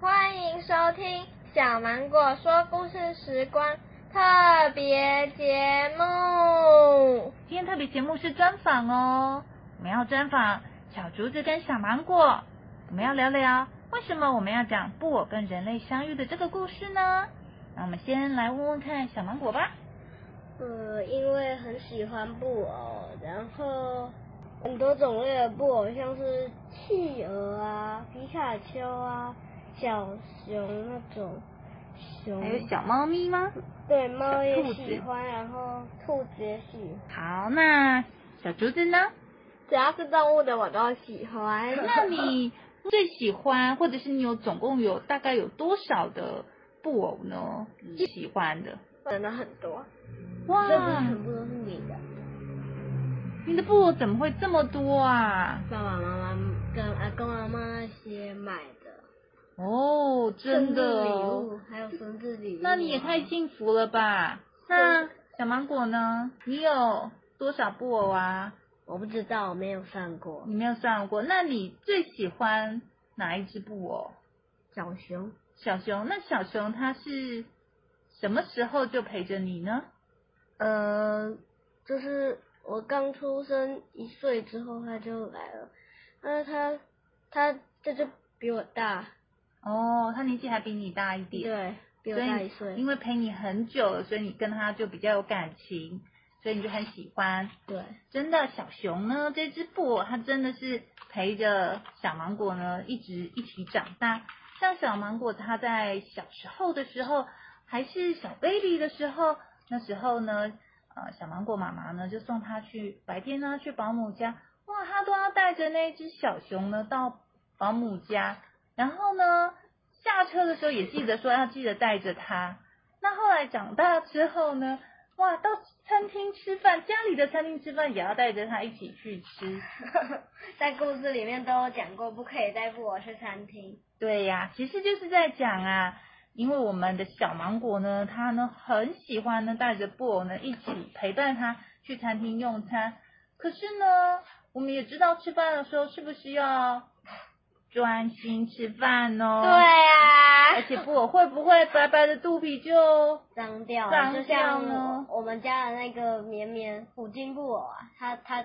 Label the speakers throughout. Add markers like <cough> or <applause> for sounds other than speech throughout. Speaker 1: 欢迎收听小芒果说故事时光特别节目。
Speaker 2: 今天特别节目是专访哦，我们要专访小竹子跟小芒果，我们要聊聊为什么我们要讲布偶跟人类相遇的这个故事呢？那我们先来问问看小芒果吧。
Speaker 3: 呃，因为很喜欢布偶，然后很多种类的布偶，像是企鹅啊、皮卡丘啊、小熊那种熊，
Speaker 2: 小猫咪吗？
Speaker 3: 对猫
Speaker 2: 小兔
Speaker 3: 也
Speaker 2: 子
Speaker 3: 喜欢，然后兔子也喜欢。
Speaker 2: 好，那小竹子呢？
Speaker 1: 只要是动物的我都喜欢。
Speaker 2: 那你最喜欢，或者是你有总共有大概有多少的布偶呢？你喜欢的
Speaker 1: 真的很多，
Speaker 3: 这不是
Speaker 2: 哇，
Speaker 3: 全部都是你的？
Speaker 2: 你的布偶怎么会这么多啊？
Speaker 3: 爸爸妈妈跟阿公阿妈那些买的，
Speaker 2: 哦，真的
Speaker 3: 生日礼
Speaker 2: 哦，
Speaker 3: 物还有生日礼物啊。
Speaker 2: 那你也太幸福了吧？那小芒果呢？你有多少布偶啊？
Speaker 3: 我不知道，我没有上过
Speaker 2: 你没有算过。那你最喜欢哪一只布偶？
Speaker 3: 小熊。
Speaker 2: 小熊？那小熊它是什么时候就陪着你呢？
Speaker 3: 呃，就是我刚出生一岁之后他就来了，那他他这就比我大，
Speaker 2: 哦，它年纪还比你大一点。
Speaker 3: 对，比我
Speaker 2: 所以
Speaker 3: 大一
Speaker 2: 因
Speaker 3: 岁，
Speaker 2: 为陪你很久了，所以你跟他就比较有感情，所以你就很喜欢。
Speaker 3: 对，
Speaker 2: 真的，小熊呢，这只布偶它真的是陪着小芒果呢一直一起长大。像小芒果，它在小时候的时候，还是小 baby 的时候，那时候呢，呃，小芒果妈妈呢就送它去白天呢去保姆家，哇，它都要带着那只小熊呢到保姆家，然后呢下车的时候也记得说要记得带着它。那后来长大之后呢，哇，到餐厅吃饭，家里的餐厅吃饭也要带着它一起去吃。
Speaker 3: <laughs> 在故事里面都有讲过，不可以带布偶去餐厅，
Speaker 2: 对呀、其实就是在讲啊，因为我们的小芒果呢，他呢很喜欢呢带着布偶呢一起陪伴他去餐厅用餐。可是呢，我们也知道吃饭的时候是不是要专心吃饭哦？
Speaker 1: 对。
Speaker 3: 啊
Speaker 1: 呀、
Speaker 2: 而且布偶会不会白白的肚皮就
Speaker 3: 脏掉
Speaker 2: 脏
Speaker 3: 了，就
Speaker 2: 掉
Speaker 3: 像
Speaker 2: 呢
Speaker 3: 我我们家的那个绵绵虎鲸布偶啊，它它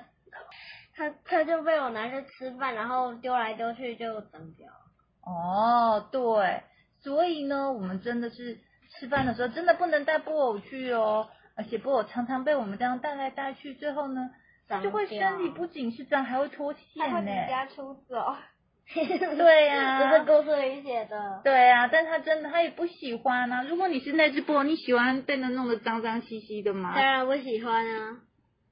Speaker 3: 它它就被我拿去吃饭，然后丢来丢去就脏掉了。
Speaker 2: 哦，对，所以呢，我们真的是吃饭的时候真的不能带布偶去哦，而且布偶常常被我们这样带来带去，最后呢，
Speaker 3: 脏
Speaker 2: 就会
Speaker 3: 掉
Speaker 2: 身体不仅是脏，还会脱
Speaker 1: 它
Speaker 2: 线呢。
Speaker 1: 出走。
Speaker 2: 对呀、
Speaker 3: 这是故事里写的。
Speaker 2: 对呀、但他真的他也不喜欢啊。如果你是那只布偶，你喜欢被它弄得脏脏兮兮的吗
Speaker 3: 当？然我喜欢啊，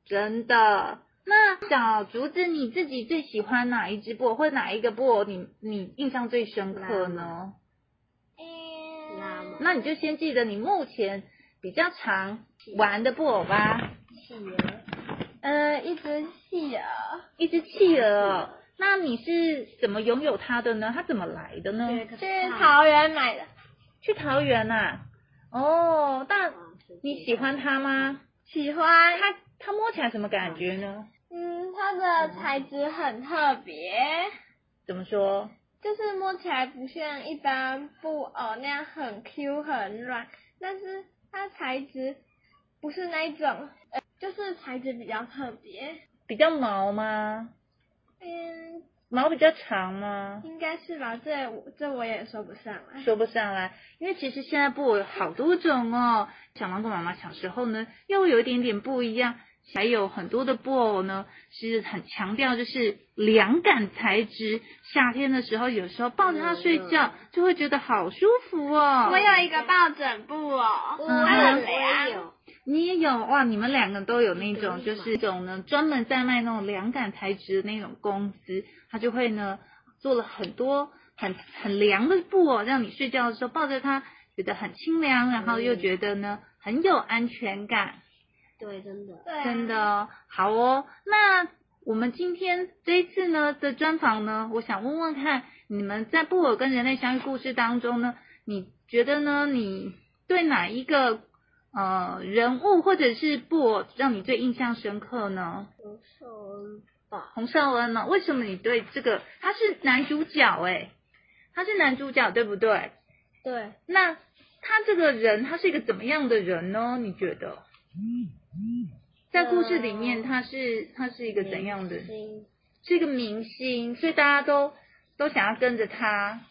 Speaker 2: 真的。那小竹子，你自己最喜欢哪一只布偶，或者哪一个布偶你你印象最深刻呢？
Speaker 3: 那么
Speaker 2: 那你就先记得你目前比较常玩的布偶吧。
Speaker 3: 企鹅。
Speaker 2: 呃，一只企鹅，一只企鹅。那你是怎么拥有它的呢？它怎么来的呢？
Speaker 3: 对可是
Speaker 1: 去
Speaker 3: 它
Speaker 1: 桃园买的，
Speaker 2: 去桃园呐、哦，那你喜欢它吗？喜欢。它它摸起来什么感觉呢？
Speaker 1: 嗯，它的材质很特别，
Speaker 2: 怎么说？
Speaker 1: 就是摸起来不像一般布偶那样很 Q 很软，但是它材质不是那一种，呃，就是材质比较特别。
Speaker 2: 比较毛吗？
Speaker 1: 嗯，
Speaker 2: 毛比较长吗？
Speaker 1: 应该是吧，这我这我也说不上来。
Speaker 2: 说不上来，因为其实现在布偶有好多种哦。小芒果妈妈小时候呢，又有一点点不一样，还有很多的布偶呢是很强调就是凉感材质，夏天的时候有时候抱着它睡觉就会觉得好舒服哦。
Speaker 1: 我有一个抱枕布偶，
Speaker 2: 嗯
Speaker 1: 它很
Speaker 3: 我也
Speaker 1: 凉，
Speaker 3: 有，
Speaker 2: 你也有哇？你们两个都有那种，
Speaker 3: 对
Speaker 2: 就是一种呢，专门在卖那种凉感材质的那种公司，它就会呢做了很多很很凉的布偶，让你睡觉的时候抱着它，觉得很清凉，然后又
Speaker 3: 嗯
Speaker 2: 觉得呢很有安全感。
Speaker 3: 对，真的。
Speaker 1: 对啊
Speaker 2: 真的哦好哦。那我们今天这一次呢的专访呢，我想问问看，你们在布偶跟人类相遇故事当中呢，你觉得呢？你对哪一个呃人物或者是布偶让你最印象深刻呢？
Speaker 3: 洪秀恩吧，
Speaker 2: 洪少恩呢？为什么你对这个他是男主角哎、他是男主角，对不对？
Speaker 3: 对，
Speaker 2: 那他这个人，他是一个怎么样的人呢？你觉得？在故事里面，
Speaker 3: 呃
Speaker 2: 他是他是一个怎样的人？
Speaker 3: 星
Speaker 2: 是一个明星，所以大家都都想要跟着他。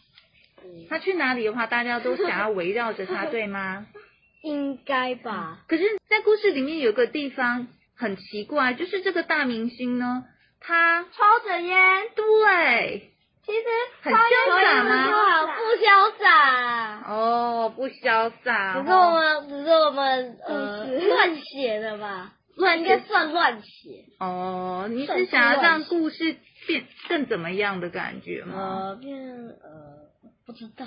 Speaker 2: 他去哪里的话，大家都想要围绕着他，对吗？
Speaker 3: 应该吧？
Speaker 2: 可是，在故事里面有个地方很奇怪，就是这个大明星呢，他
Speaker 1: 抽着烟，
Speaker 2: 对
Speaker 1: 其实
Speaker 2: 很潇洒
Speaker 1: 吗
Speaker 2: 啊
Speaker 3: 好不潇洒。
Speaker 2: 哦，不潇洒哦，
Speaker 3: 只是我们，只是我们呃
Speaker 1: 故事
Speaker 3: 乱写的吧，
Speaker 2: 乱
Speaker 3: 应
Speaker 2: 写
Speaker 3: 该算乱写。
Speaker 2: 哦，你
Speaker 3: 算
Speaker 2: 是
Speaker 3: 是
Speaker 2: 想要
Speaker 3: 乱
Speaker 2: 让
Speaker 3: 写
Speaker 2: 故事变更怎么样的感觉吗？
Speaker 3: 呃，变呃不知道，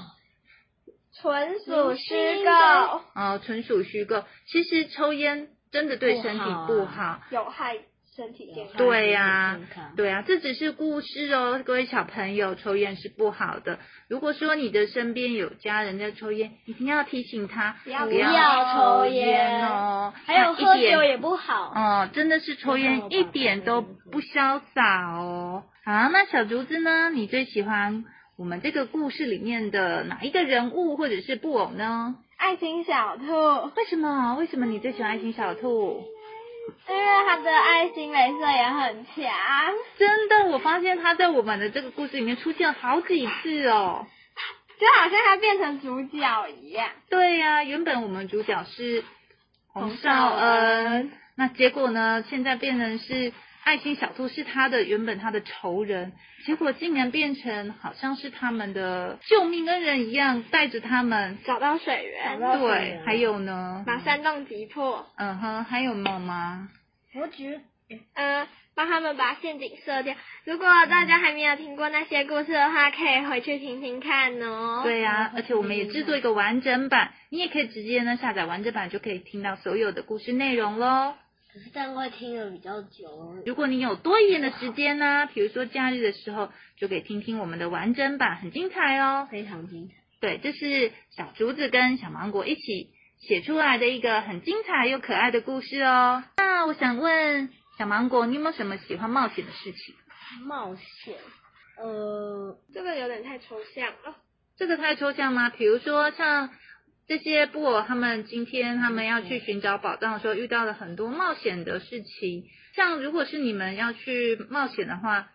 Speaker 1: 纯属虚
Speaker 3: 明
Speaker 1: 构，
Speaker 2: 哦，纯属虚构。其实抽烟真的对身体不
Speaker 3: 不
Speaker 2: 好，
Speaker 3: 好
Speaker 1: 有害身体健康。
Speaker 2: 对呀、
Speaker 3: 身体健康
Speaker 2: 对呀、这只是故事哦，各位小朋友，抽烟是不好的。如果说你的身边有家人在抽烟，一定要提醒他
Speaker 1: 不要
Speaker 2: 不
Speaker 3: 抽
Speaker 2: 抽烟
Speaker 3: 烟
Speaker 2: 哦，
Speaker 3: 还有
Speaker 2: 他一
Speaker 3: 喝
Speaker 2: 点
Speaker 3: 酒也不好。
Speaker 2: 哦，真的是抽烟一点都不潇洒哦。好，那小竹子呢？你最喜欢我们这个故事里面的哪一个人物或者是布偶呢？
Speaker 1: 爱心小兔，
Speaker 2: 为什么？为什么你最喜欢爱心小兔？
Speaker 1: 因为它的爱心镭射也很强，
Speaker 2: 真的，我发现他在我们的这个故事里面出现了好几次哦。
Speaker 1: 就好像它变成主角一样。
Speaker 2: 对呀、原本我们主角是洪
Speaker 1: 洪
Speaker 2: 绍
Speaker 1: 绍
Speaker 2: 恩，那结果呢？现在变成是爱心小兔是他的原本他的仇人，结果竟然变成好像是他们的救命恩人一样，带着他们。
Speaker 1: 找到水源，
Speaker 3: 找到救命恩
Speaker 2: 对，
Speaker 3: 人
Speaker 2: 还有呢？
Speaker 1: 把山洞击破，
Speaker 2: 嗯哼，还有梦吗？
Speaker 3: 我觉得
Speaker 1: 呃，帮他们把陷阱设掉。如果大家还没有听过那些故事的话，可以回去听听看哦。
Speaker 2: 对呀、而且我们也制作一个完整版，你也可以直接呢下载完整版，就可以听到所有的故事内容喽。
Speaker 3: 只是但会听的比较久。
Speaker 2: 如果你有多一点的时间呢、比如说假日的时候，就可以听听我们的完整版，很精彩哦。
Speaker 3: 非常精彩。
Speaker 2: 对，这是小竹子跟小芒果一起写出来的一个很精彩又可爱的故事哦。那我想问小芒果，你有没有什么喜欢冒险的事情？
Speaker 3: 冒险，呃，
Speaker 1: 这个有点太抽象了。
Speaker 2: 这个太抽象吗？比如说像这些布偶，他们今天他们要去寻找宝藏的时候，遇到了很多冒险的事情。像如果是你们要去冒险的话，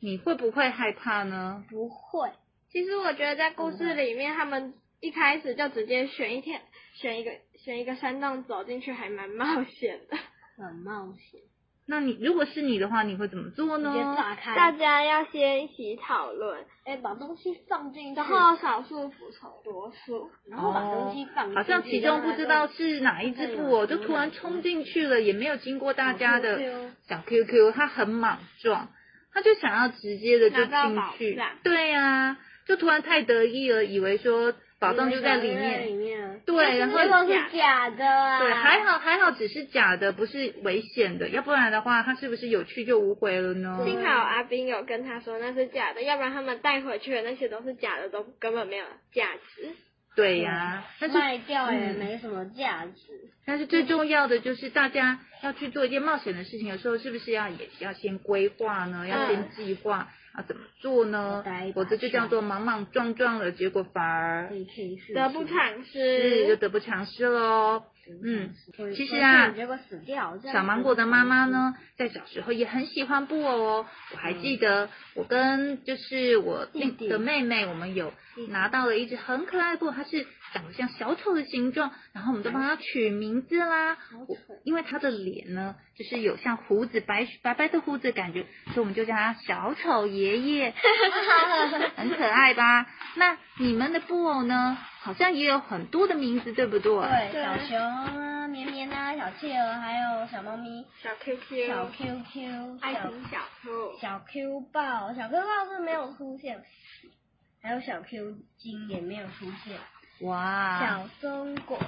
Speaker 2: 你会不会害怕呢？
Speaker 3: 不会。
Speaker 1: 其实我觉得在故事里面，他们一开始就直接选一天，选一个选一个山洞走进去，还蛮冒险的。
Speaker 3: 很冒险，
Speaker 2: 那你如果是你的话，你会怎么做
Speaker 3: 直接炸
Speaker 2: 呢？
Speaker 1: 大
Speaker 3: 开，
Speaker 1: 家要先一起讨论，
Speaker 3: 哎，把东西放进去，
Speaker 1: 然后少数服从多数。
Speaker 3: 然后把东西放进去，
Speaker 2: 好像其中不知道是哪一只布偶，就突然冲进去了，也没有经过大家
Speaker 3: 小 QQ
Speaker 2: 的小 QQ，他很莽撞，他就想要直接的就
Speaker 1: 拿到
Speaker 2: 进
Speaker 1: 宝
Speaker 2: 去
Speaker 1: 藏，
Speaker 2: 对呀、就突然太得意了，以为说宝藏就在里
Speaker 3: 里
Speaker 2: 面，
Speaker 3: 面，
Speaker 2: 对，然后
Speaker 3: 结果是假的啊，
Speaker 2: 对，还好还好，只是假的，不是危险的，要不然的话，他是不是有去就无回了呢？
Speaker 1: 幸好阿斌有跟他说那是假的，要不然他们带回去的那些都是假的，都根本没有价值。
Speaker 2: 对呀、但是
Speaker 3: 卖掉也
Speaker 2: 嗯
Speaker 3: 没什么价值。
Speaker 2: 但是最重要的就是大家要去做一件冒险的事情，有时候是不是要也要先规划
Speaker 3: 嗯
Speaker 2: 呢？要先计划啊，怎么做
Speaker 3: 要
Speaker 2: 呢
Speaker 3: 带一？把
Speaker 2: 否则就叫做莽莽撞撞了，结果反而
Speaker 3: 可以去试试
Speaker 1: 得不偿
Speaker 2: 是就
Speaker 1: 失。
Speaker 2: 得不偿失喽。嗯，其实
Speaker 3: 说
Speaker 2: 啊
Speaker 3: 不定结果死掉。这样
Speaker 2: 小芒果的妈妈？呢，在小时候也很喜欢布偶哦。我还记得，我跟就是我
Speaker 3: 弟弟
Speaker 2: 的妹妹，我们有拿 <laughs> 到了一只很可爱的布偶，它是长得像小丑的形状，然后我们都帮它取名字啦。我因为它的脸呢，就是有像胡子白白白的胡子的感觉，所以我们就叫它小丑爷爷。很可
Speaker 3: <laughs>
Speaker 2: 爱吧？那你们的布偶呢，好像也有很多的名字，对不对？
Speaker 3: <laughs> 对，
Speaker 1: 对
Speaker 3: 小熊啊，绵绵啊，小企鹅，还有小猫咪，
Speaker 1: 小
Speaker 3: 小
Speaker 1: QQ，
Speaker 3: QQ，
Speaker 1: 爱
Speaker 3: 小
Speaker 1: 心小兔，
Speaker 3: 小 Q 豹，小 Q 豹是没有出现，还有小 Q 金也没有出现，
Speaker 2: 哇，
Speaker 3: 小松果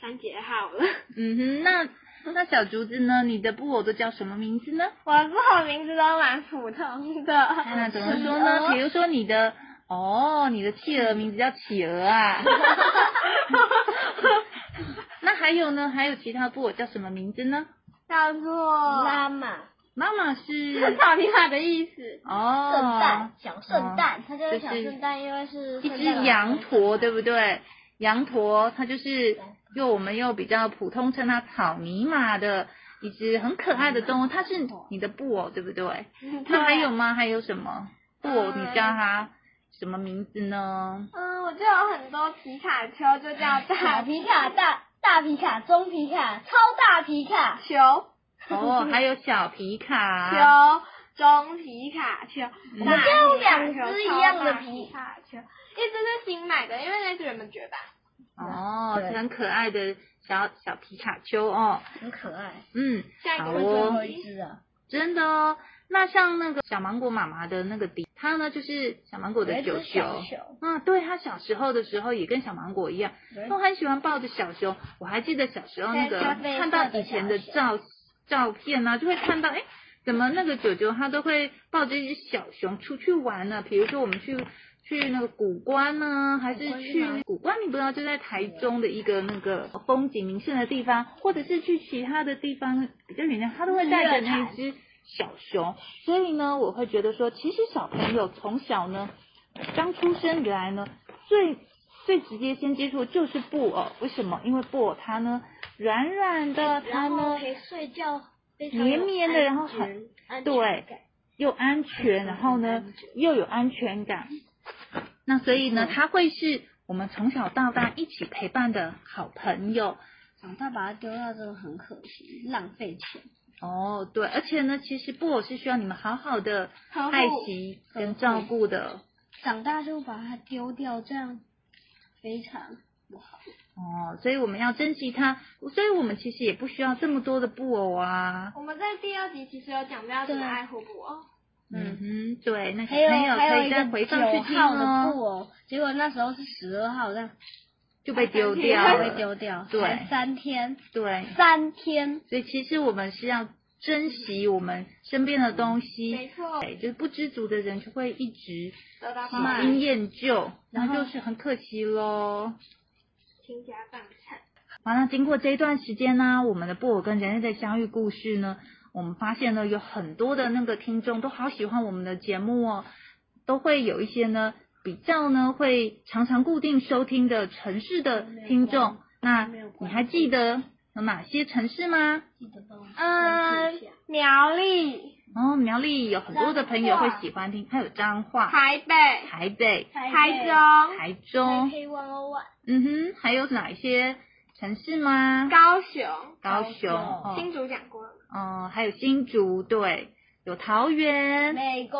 Speaker 1: 三节好了。
Speaker 2: 嗯哼，那那小竹子呢？你的布偶都叫什么名字呢？
Speaker 1: <laughs> 我的我名字都蛮普通的，
Speaker 2: 那怎么说呢？比如说你的哦，你的企鹅名字叫企
Speaker 3: <laughs>
Speaker 2: 鹅啊。那还有呢？还有其他布偶叫什么名字呢？
Speaker 1: 叫做
Speaker 2: 哦
Speaker 3: 拉玛，
Speaker 2: 妈
Speaker 3: <laughs>
Speaker 2: 妈是
Speaker 1: 草泥马的意思。
Speaker 2: 哦，
Speaker 3: 圣诞小圣
Speaker 2: 哦
Speaker 3: 诞，它叫
Speaker 2: 就
Speaker 3: 小
Speaker 2: 是
Speaker 3: 圣诞，因为是
Speaker 2: 一
Speaker 3: 圣
Speaker 2: 只
Speaker 3: 诞老
Speaker 2: 羊
Speaker 3: 人
Speaker 2: 驼，对不对？羊驼它就是又我们又比较普通称它草泥马的一只很可爱的动物，它是你的布偶，对不对？它还有吗？还有什么布偶？你叫它什么名字呢？
Speaker 1: 嗯，我就有很多皮卡丘，就叫
Speaker 3: 小
Speaker 1: 大
Speaker 3: 皮卡、大大皮卡、中皮卡、超大皮卡，
Speaker 1: 丘
Speaker 2: <laughs> 哦，还有小皮卡，
Speaker 1: 丘、中皮卡丘，
Speaker 2: 我们
Speaker 1: 大
Speaker 3: 家有
Speaker 1: 皮卡
Speaker 3: 两
Speaker 1: 丘
Speaker 3: 只一
Speaker 1: 超
Speaker 3: 样的
Speaker 1: 大
Speaker 3: 皮
Speaker 1: 皮卡丘，一只是新买的，因为那只人们绝版。
Speaker 2: 哦，
Speaker 3: 对
Speaker 2: 很可爱的小小皮卡丘哦，
Speaker 3: 很可爱。
Speaker 2: 嗯，
Speaker 1: 下一
Speaker 2: 好
Speaker 1: 个
Speaker 2: 哦
Speaker 3: 最
Speaker 1: 问
Speaker 3: 后
Speaker 1: 题
Speaker 3: 一只啊，
Speaker 2: 真的哦。那像那个小芒果妈妈的那个迪，它呢就是小芒果
Speaker 3: 有
Speaker 2: 的
Speaker 3: 一只
Speaker 2: 九
Speaker 3: 小
Speaker 2: 球。
Speaker 3: 熊，
Speaker 2: 嗯，对，它小时候的时候也跟小芒果一样，都很喜欢抱着小熊。我还记得小时候那个
Speaker 3: 对咖啡色
Speaker 2: 看到以前的照照片呢、就会看到哎。诶怎么那个九九它都会抱着一只小熊出去玩呢？比如说我们去去那个古关呢，还是
Speaker 3: 古关是
Speaker 2: 去
Speaker 3: 哪里
Speaker 2: 古关？你不知道就在台中的一个那个风景名胜的地方，或者是去其他的地方比较远的，它都会带着那一只小熊。所以呢，我会觉得说，其实小朋友从小呢，刚出生以来呢，最最直接先接触的就是布偶。为什么？因为布偶它呢软软的，它
Speaker 3: 然后
Speaker 2: 呢
Speaker 3: 可以睡觉，非常有
Speaker 2: 绵绵的，
Speaker 3: 安
Speaker 2: 然后
Speaker 3: 全
Speaker 2: 很
Speaker 3: 安全
Speaker 2: 对
Speaker 3: 感
Speaker 2: 又安全，然后呢又有安全感。那所以呢，它会是我们从小到大一起陪伴的好朋友。
Speaker 3: 长大把它丢掉真的很可惜，浪费钱。
Speaker 2: 哦，对，而且呢，其实布偶是需要你们好好的
Speaker 1: 呵护
Speaker 2: 爱惜跟照顾的。
Speaker 3: 长大就把它丢掉，这样非常不好。
Speaker 2: 哦，所以我们要珍惜它，所以我们其实也不需要这么多的布偶啊。
Speaker 1: 我们在第二集其实有讲到怎么
Speaker 3: 对
Speaker 1: 爱护布偶。
Speaker 2: 嗯哼，对，那小
Speaker 3: 还有
Speaker 2: 朋友
Speaker 3: 还有
Speaker 2: 可
Speaker 3: 一
Speaker 2: 以
Speaker 3: 个
Speaker 2: 再回放去
Speaker 3: 九
Speaker 2: 听
Speaker 3: 号的
Speaker 2: 哦，
Speaker 3: 布偶，结果那时候是十二号，这样
Speaker 2: 就啊被丢掉
Speaker 1: 还
Speaker 3: 才
Speaker 1: 有
Speaker 3: 会
Speaker 2: 了。
Speaker 3: 丢掉，
Speaker 2: 对
Speaker 3: 才三天，
Speaker 2: 对，
Speaker 3: 三天。
Speaker 2: 所以其实我们是要珍惜我们身边的东西
Speaker 1: 没，错，
Speaker 2: 对，就是不知足的人就会一直
Speaker 1: 得到
Speaker 2: 喜
Speaker 1: 妈妈
Speaker 2: 新厌旧，
Speaker 3: 然
Speaker 2: 然
Speaker 3: 后
Speaker 2: 后就是很可惜喽。
Speaker 1: 倾家荡产。
Speaker 2: 完了，经过这一段时间呢，我们的布偶跟人类的相遇故事呢，我们发现呢，有很多的那个听众都好喜欢我们的节目哦，都会有一些呢比较呢会常常固定收听的城市的听众。那你还记得有哪些城市吗？
Speaker 3: 记得帮我关
Speaker 1: 嗯
Speaker 3: 注一下，
Speaker 1: 苗栗、
Speaker 2: 哦，苗栗有很多的朋友会喜欢听，还有彰化、
Speaker 1: 台北、
Speaker 2: 台北、
Speaker 1: 台
Speaker 3: 北
Speaker 2: 台
Speaker 1: 中、
Speaker 3: 台
Speaker 2: 中，
Speaker 3: 北 One O One，
Speaker 2: 嗯哼，还有哪一些城市吗？
Speaker 1: 高雄、
Speaker 2: 高雄，
Speaker 3: 高
Speaker 2: 哦
Speaker 1: 新竹讲过了，
Speaker 2: 哦，还有新竹，对，有桃园，
Speaker 3: 美国，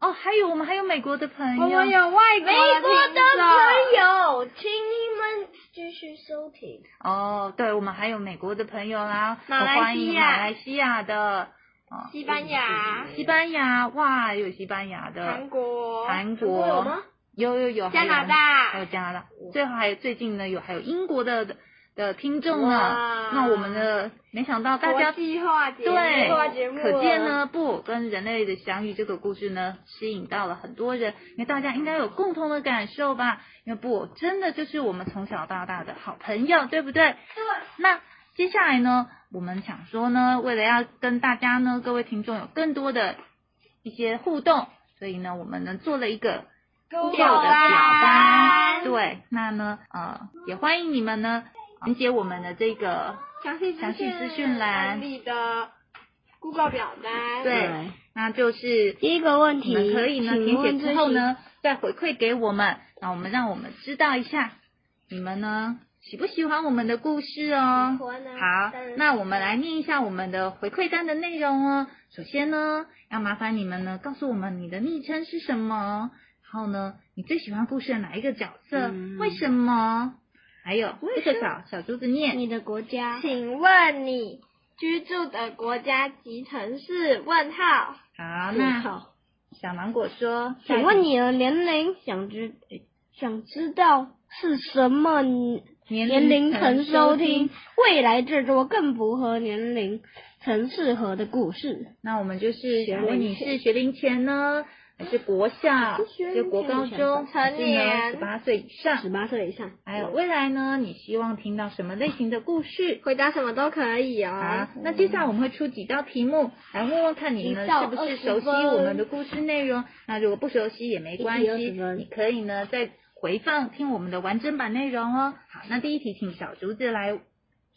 Speaker 2: 哦，还有我们还有美国的朋友，
Speaker 1: 我们有外国
Speaker 3: 美国
Speaker 1: 听
Speaker 3: 的
Speaker 1: 众
Speaker 3: 朋友，请你们继续收听。
Speaker 2: 哦，对，我们还有美国的朋友啦，
Speaker 1: 马来
Speaker 2: 我欢迎
Speaker 1: 西亚
Speaker 2: 马来西亚的，哦，
Speaker 1: 西班牙、
Speaker 2: 西班牙，哇，有西班牙
Speaker 1: 韩
Speaker 2: 的，
Speaker 1: 国、
Speaker 2: 嗯韩
Speaker 3: 韩国有吗
Speaker 2: 国，有有有，
Speaker 1: 加
Speaker 2: 还有，
Speaker 1: 拿
Speaker 2: 还有
Speaker 1: 大，
Speaker 2: 加拿大，最后还有最近呢有还有英国的的的听众呢
Speaker 1: 哇，
Speaker 2: 那我们的没想到大家
Speaker 1: 国际化节目，
Speaker 2: 对，
Speaker 1: 国际化节目啊
Speaker 2: 可见呢，布偶跟人类的相遇这个故事呢，吸引到了很多人，因为大家应该有共同的感受吧？因为布偶真的就是我们从小到大的好朋友，对不对？
Speaker 1: 对，
Speaker 2: 那接下来呢，我们想说呢，为了要跟大家呢，各位听众有更多的一些互动，所以呢，我们呢做了一个
Speaker 1: 勾
Speaker 2: 旧的表单，
Speaker 1: 单，
Speaker 2: 对，那呢，呃，也欢迎你们呢，理解我们的这个
Speaker 1: 详细
Speaker 2: 详细资讯栏
Speaker 1: 安利的 Google 表单，
Speaker 2: 对，那就是
Speaker 3: 第一个问
Speaker 2: 你
Speaker 3: 题，
Speaker 2: 们可以呢
Speaker 3: 请
Speaker 2: 填
Speaker 3: 问
Speaker 2: 写
Speaker 3: 这
Speaker 2: 之后呢，再回馈给我们，那我们让我们知道一下你们呢喜不喜欢我们的故事哦
Speaker 1: 嗯
Speaker 3: 喜。欢啊
Speaker 2: 好
Speaker 3: 当然，
Speaker 2: 那我们来念一下我们的回馈单的内容哦。首先呢，要麻烦你们呢告诉我们你的昵称是什么，然后呢你最喜欢故事的哪一个角色，
Speaker 3: 嗯
Speaker 2: 为什么？还有这个小小竹子念，
Speaker 3: 你的国家，
Speaker 1: 请问你居住的国家及城市？问号。
Speaker 2: 好，那
Speaker 3: 好，
Speaker 2: 小芒果说，
Speaker 3: 请问你的年龄，想知想知道是什么
Speaker 2: 年
Speaker 3: 年龄层收
Speaker 2: 听
Speaker 3: 听？未来这周更符合年龄层适合的故事。
Speaker 2: 那我们就是，
Speaker 3: 学
Speaker 2: 如果
Speaker 3: 龄
Speaker 2: 你
Speaker 3: 前
Speaker 2: 是学龄前呢，还是国小，
Speaker 4: 是学
Speaker 2: 还是国高中，
Speaker 1: 成年
Speaker 2: 十八岁以
Speaker 4: 十
Speaker 2: 上。
Speaker 4: 八岁以上，
Speaker 2: 还有哎未来呢？你希望听到什么类型的故事？
Speaker 4: 回答什么都可以哦。
Speaker 2: 好，那接下来我们会出几道题目，来问问看你们
Speaker 1: 一到
Speaker 2: 是不是
Speaker 1: 20
Speaker 2: 熟悉我们的故事内容。那如果不熟悉也没关
Speaker 4: 一
Speaker 2: 系
Speaker 4: 题20分，
Speaker 2: 你可以呢再回放听我们的完整版内容哦。好，那第一题，请小竹子来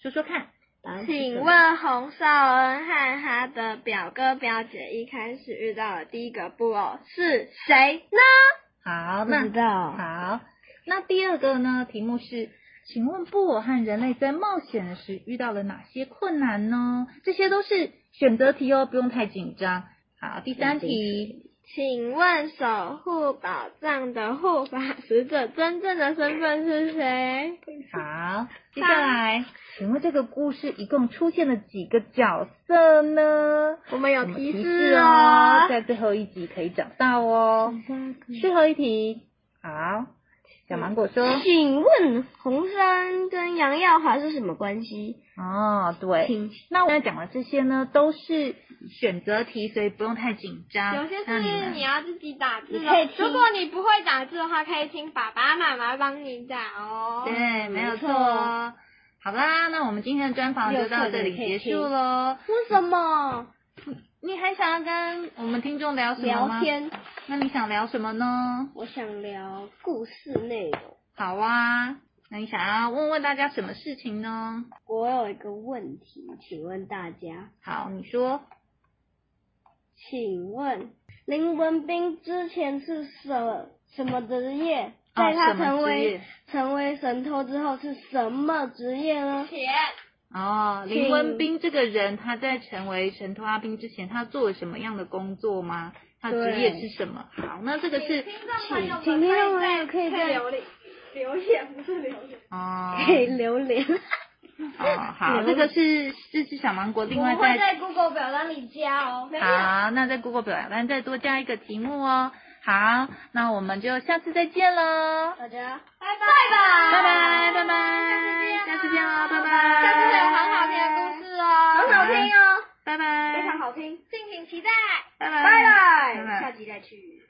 Speaker 2: 说说看。
Speaker 4: 答案是什
Speaker 1: 请
Speaker 4: 么
Speaker 1: 问洪绍恩和他的表哥表姐一开始遇到的第一个布偶是谁呢？
Speaker 2: 好，
Speaker 4: 不
Speaker 2: 那
Speaker 4: 知道
Speaker 2: 好，那第二个呢？题目是，请问布偶和人类在冒险时遇到了哪些困难呢？这些都是选择题哦，不用太紧张。好，第三题，
Speaker 1: 请问守护宝藏的护法使者真正的身份是谁？
Speaker 2: 好，接下来，请问这个故事一共出现了几个角色呢？
Speaker 1: 我们有
Speaker 2: 我们
Speaker 1: 提
Speaker 2: 示
Speaker 1: 示
Speaker 2: 哦，
Speaker 1: 哦。
Speaker 2: 在最后一集可以找到哦。最后一题，好，小芒果说，
Speaker 3: 请问红山跟杨耀华是什么关系？
Speaker 2: 哦，对，
Speaker 3: 请
Speaker 2: 那我现在讲的这些呢，都是选择题，所以不用太紧张。
Speaker 1: 有些
Speaker 2: 那
Speaker 1: 是你
Speaker 2: 们
Speaker 1: 要自己打字
Speaker 4: 你可以
Speaker 1: 的，
Speaker 4: 听
Speaker 1: 如果你不会打字的话，可以听爸爸妈妈帮你打哦。
Speaker 2: 对，没有
Speaker 4: 没
Speaker 2: 错
Speaker 4: 错
Speaker 2: 哦。好啦，那我们今天的专访就到这里结束喽。
Speaker 1: 为什么？
Speaker 2: 你还想要跟我们听众聊什么吗
Speaker 4: 聊？天，
Speaker 2: 那你想聊什么呢？
Speaker 4: 我想聊故事内容。
Speaker 2: 好啊，那你想要问问大家什么事情呢？
Speaker 4: 我有一个问题，请问大家，
Speaker 2: 好，你说。
Speaker 4: 请问
Speaker 3: 林文斌之前是什什么职业？
Speaker 2: 哦
Speaker 3: 在他
Speaker 2: 什么
Speaker 3: 成
Speaker 2: 职
Speaker 3: 为、
Speaker 2: 业
Speaker 3: 成为神偷之后是什么职业呢？
Speaker 1: 钱
Speaker 2: 哦，
Speaker 3: 请
Speaker 2: 林文斌这个人，他在成为神偷阿兵之前，他做了什么样的工作吗？他职业是什么？好，那这个是
Speaker 1: 听众朋友们
Speaker 3: 请听众朋友可以
Speaker 1: 在
Speaker 3: 在
Speaker 1: 留言留言不是留言，
Speaker 2: 哦
Speaker 4: 给榴莲，
Speaker 2: 哦，
Speaker 1: <laughs>
Speaker 2: 好，这个是这是小芒果另外
Speaker 1: 会
Speaker 2: 在
Speaker 1: 在 Google 表单里加哦。没有，
Speaker 2: 好，那在 Google 表单再多加一个题目哦。好，那我们就下次再见喽，
Speaker 1: 呃
Speaker 3: 大家
Speaker 1: 拜拜
Speaker 2: 拜
Speaker 1: 拜
Speaker 2: 拜拜
Speaker 1: 拜
Speaker 2: 拜，下次见哦，拜拜，
Speaker 1: 下次有很好听的故事哦，
Speaker 2: 很好听
Speaker 1: 哦，
Speaker 2: 拜拜，
Speaker 1: 好听，敬请期待，
Speaker 2: 拜拜，
Speaker 1: 拜拜
Speaker 2: 拜拜
Speaker 3: 集再去。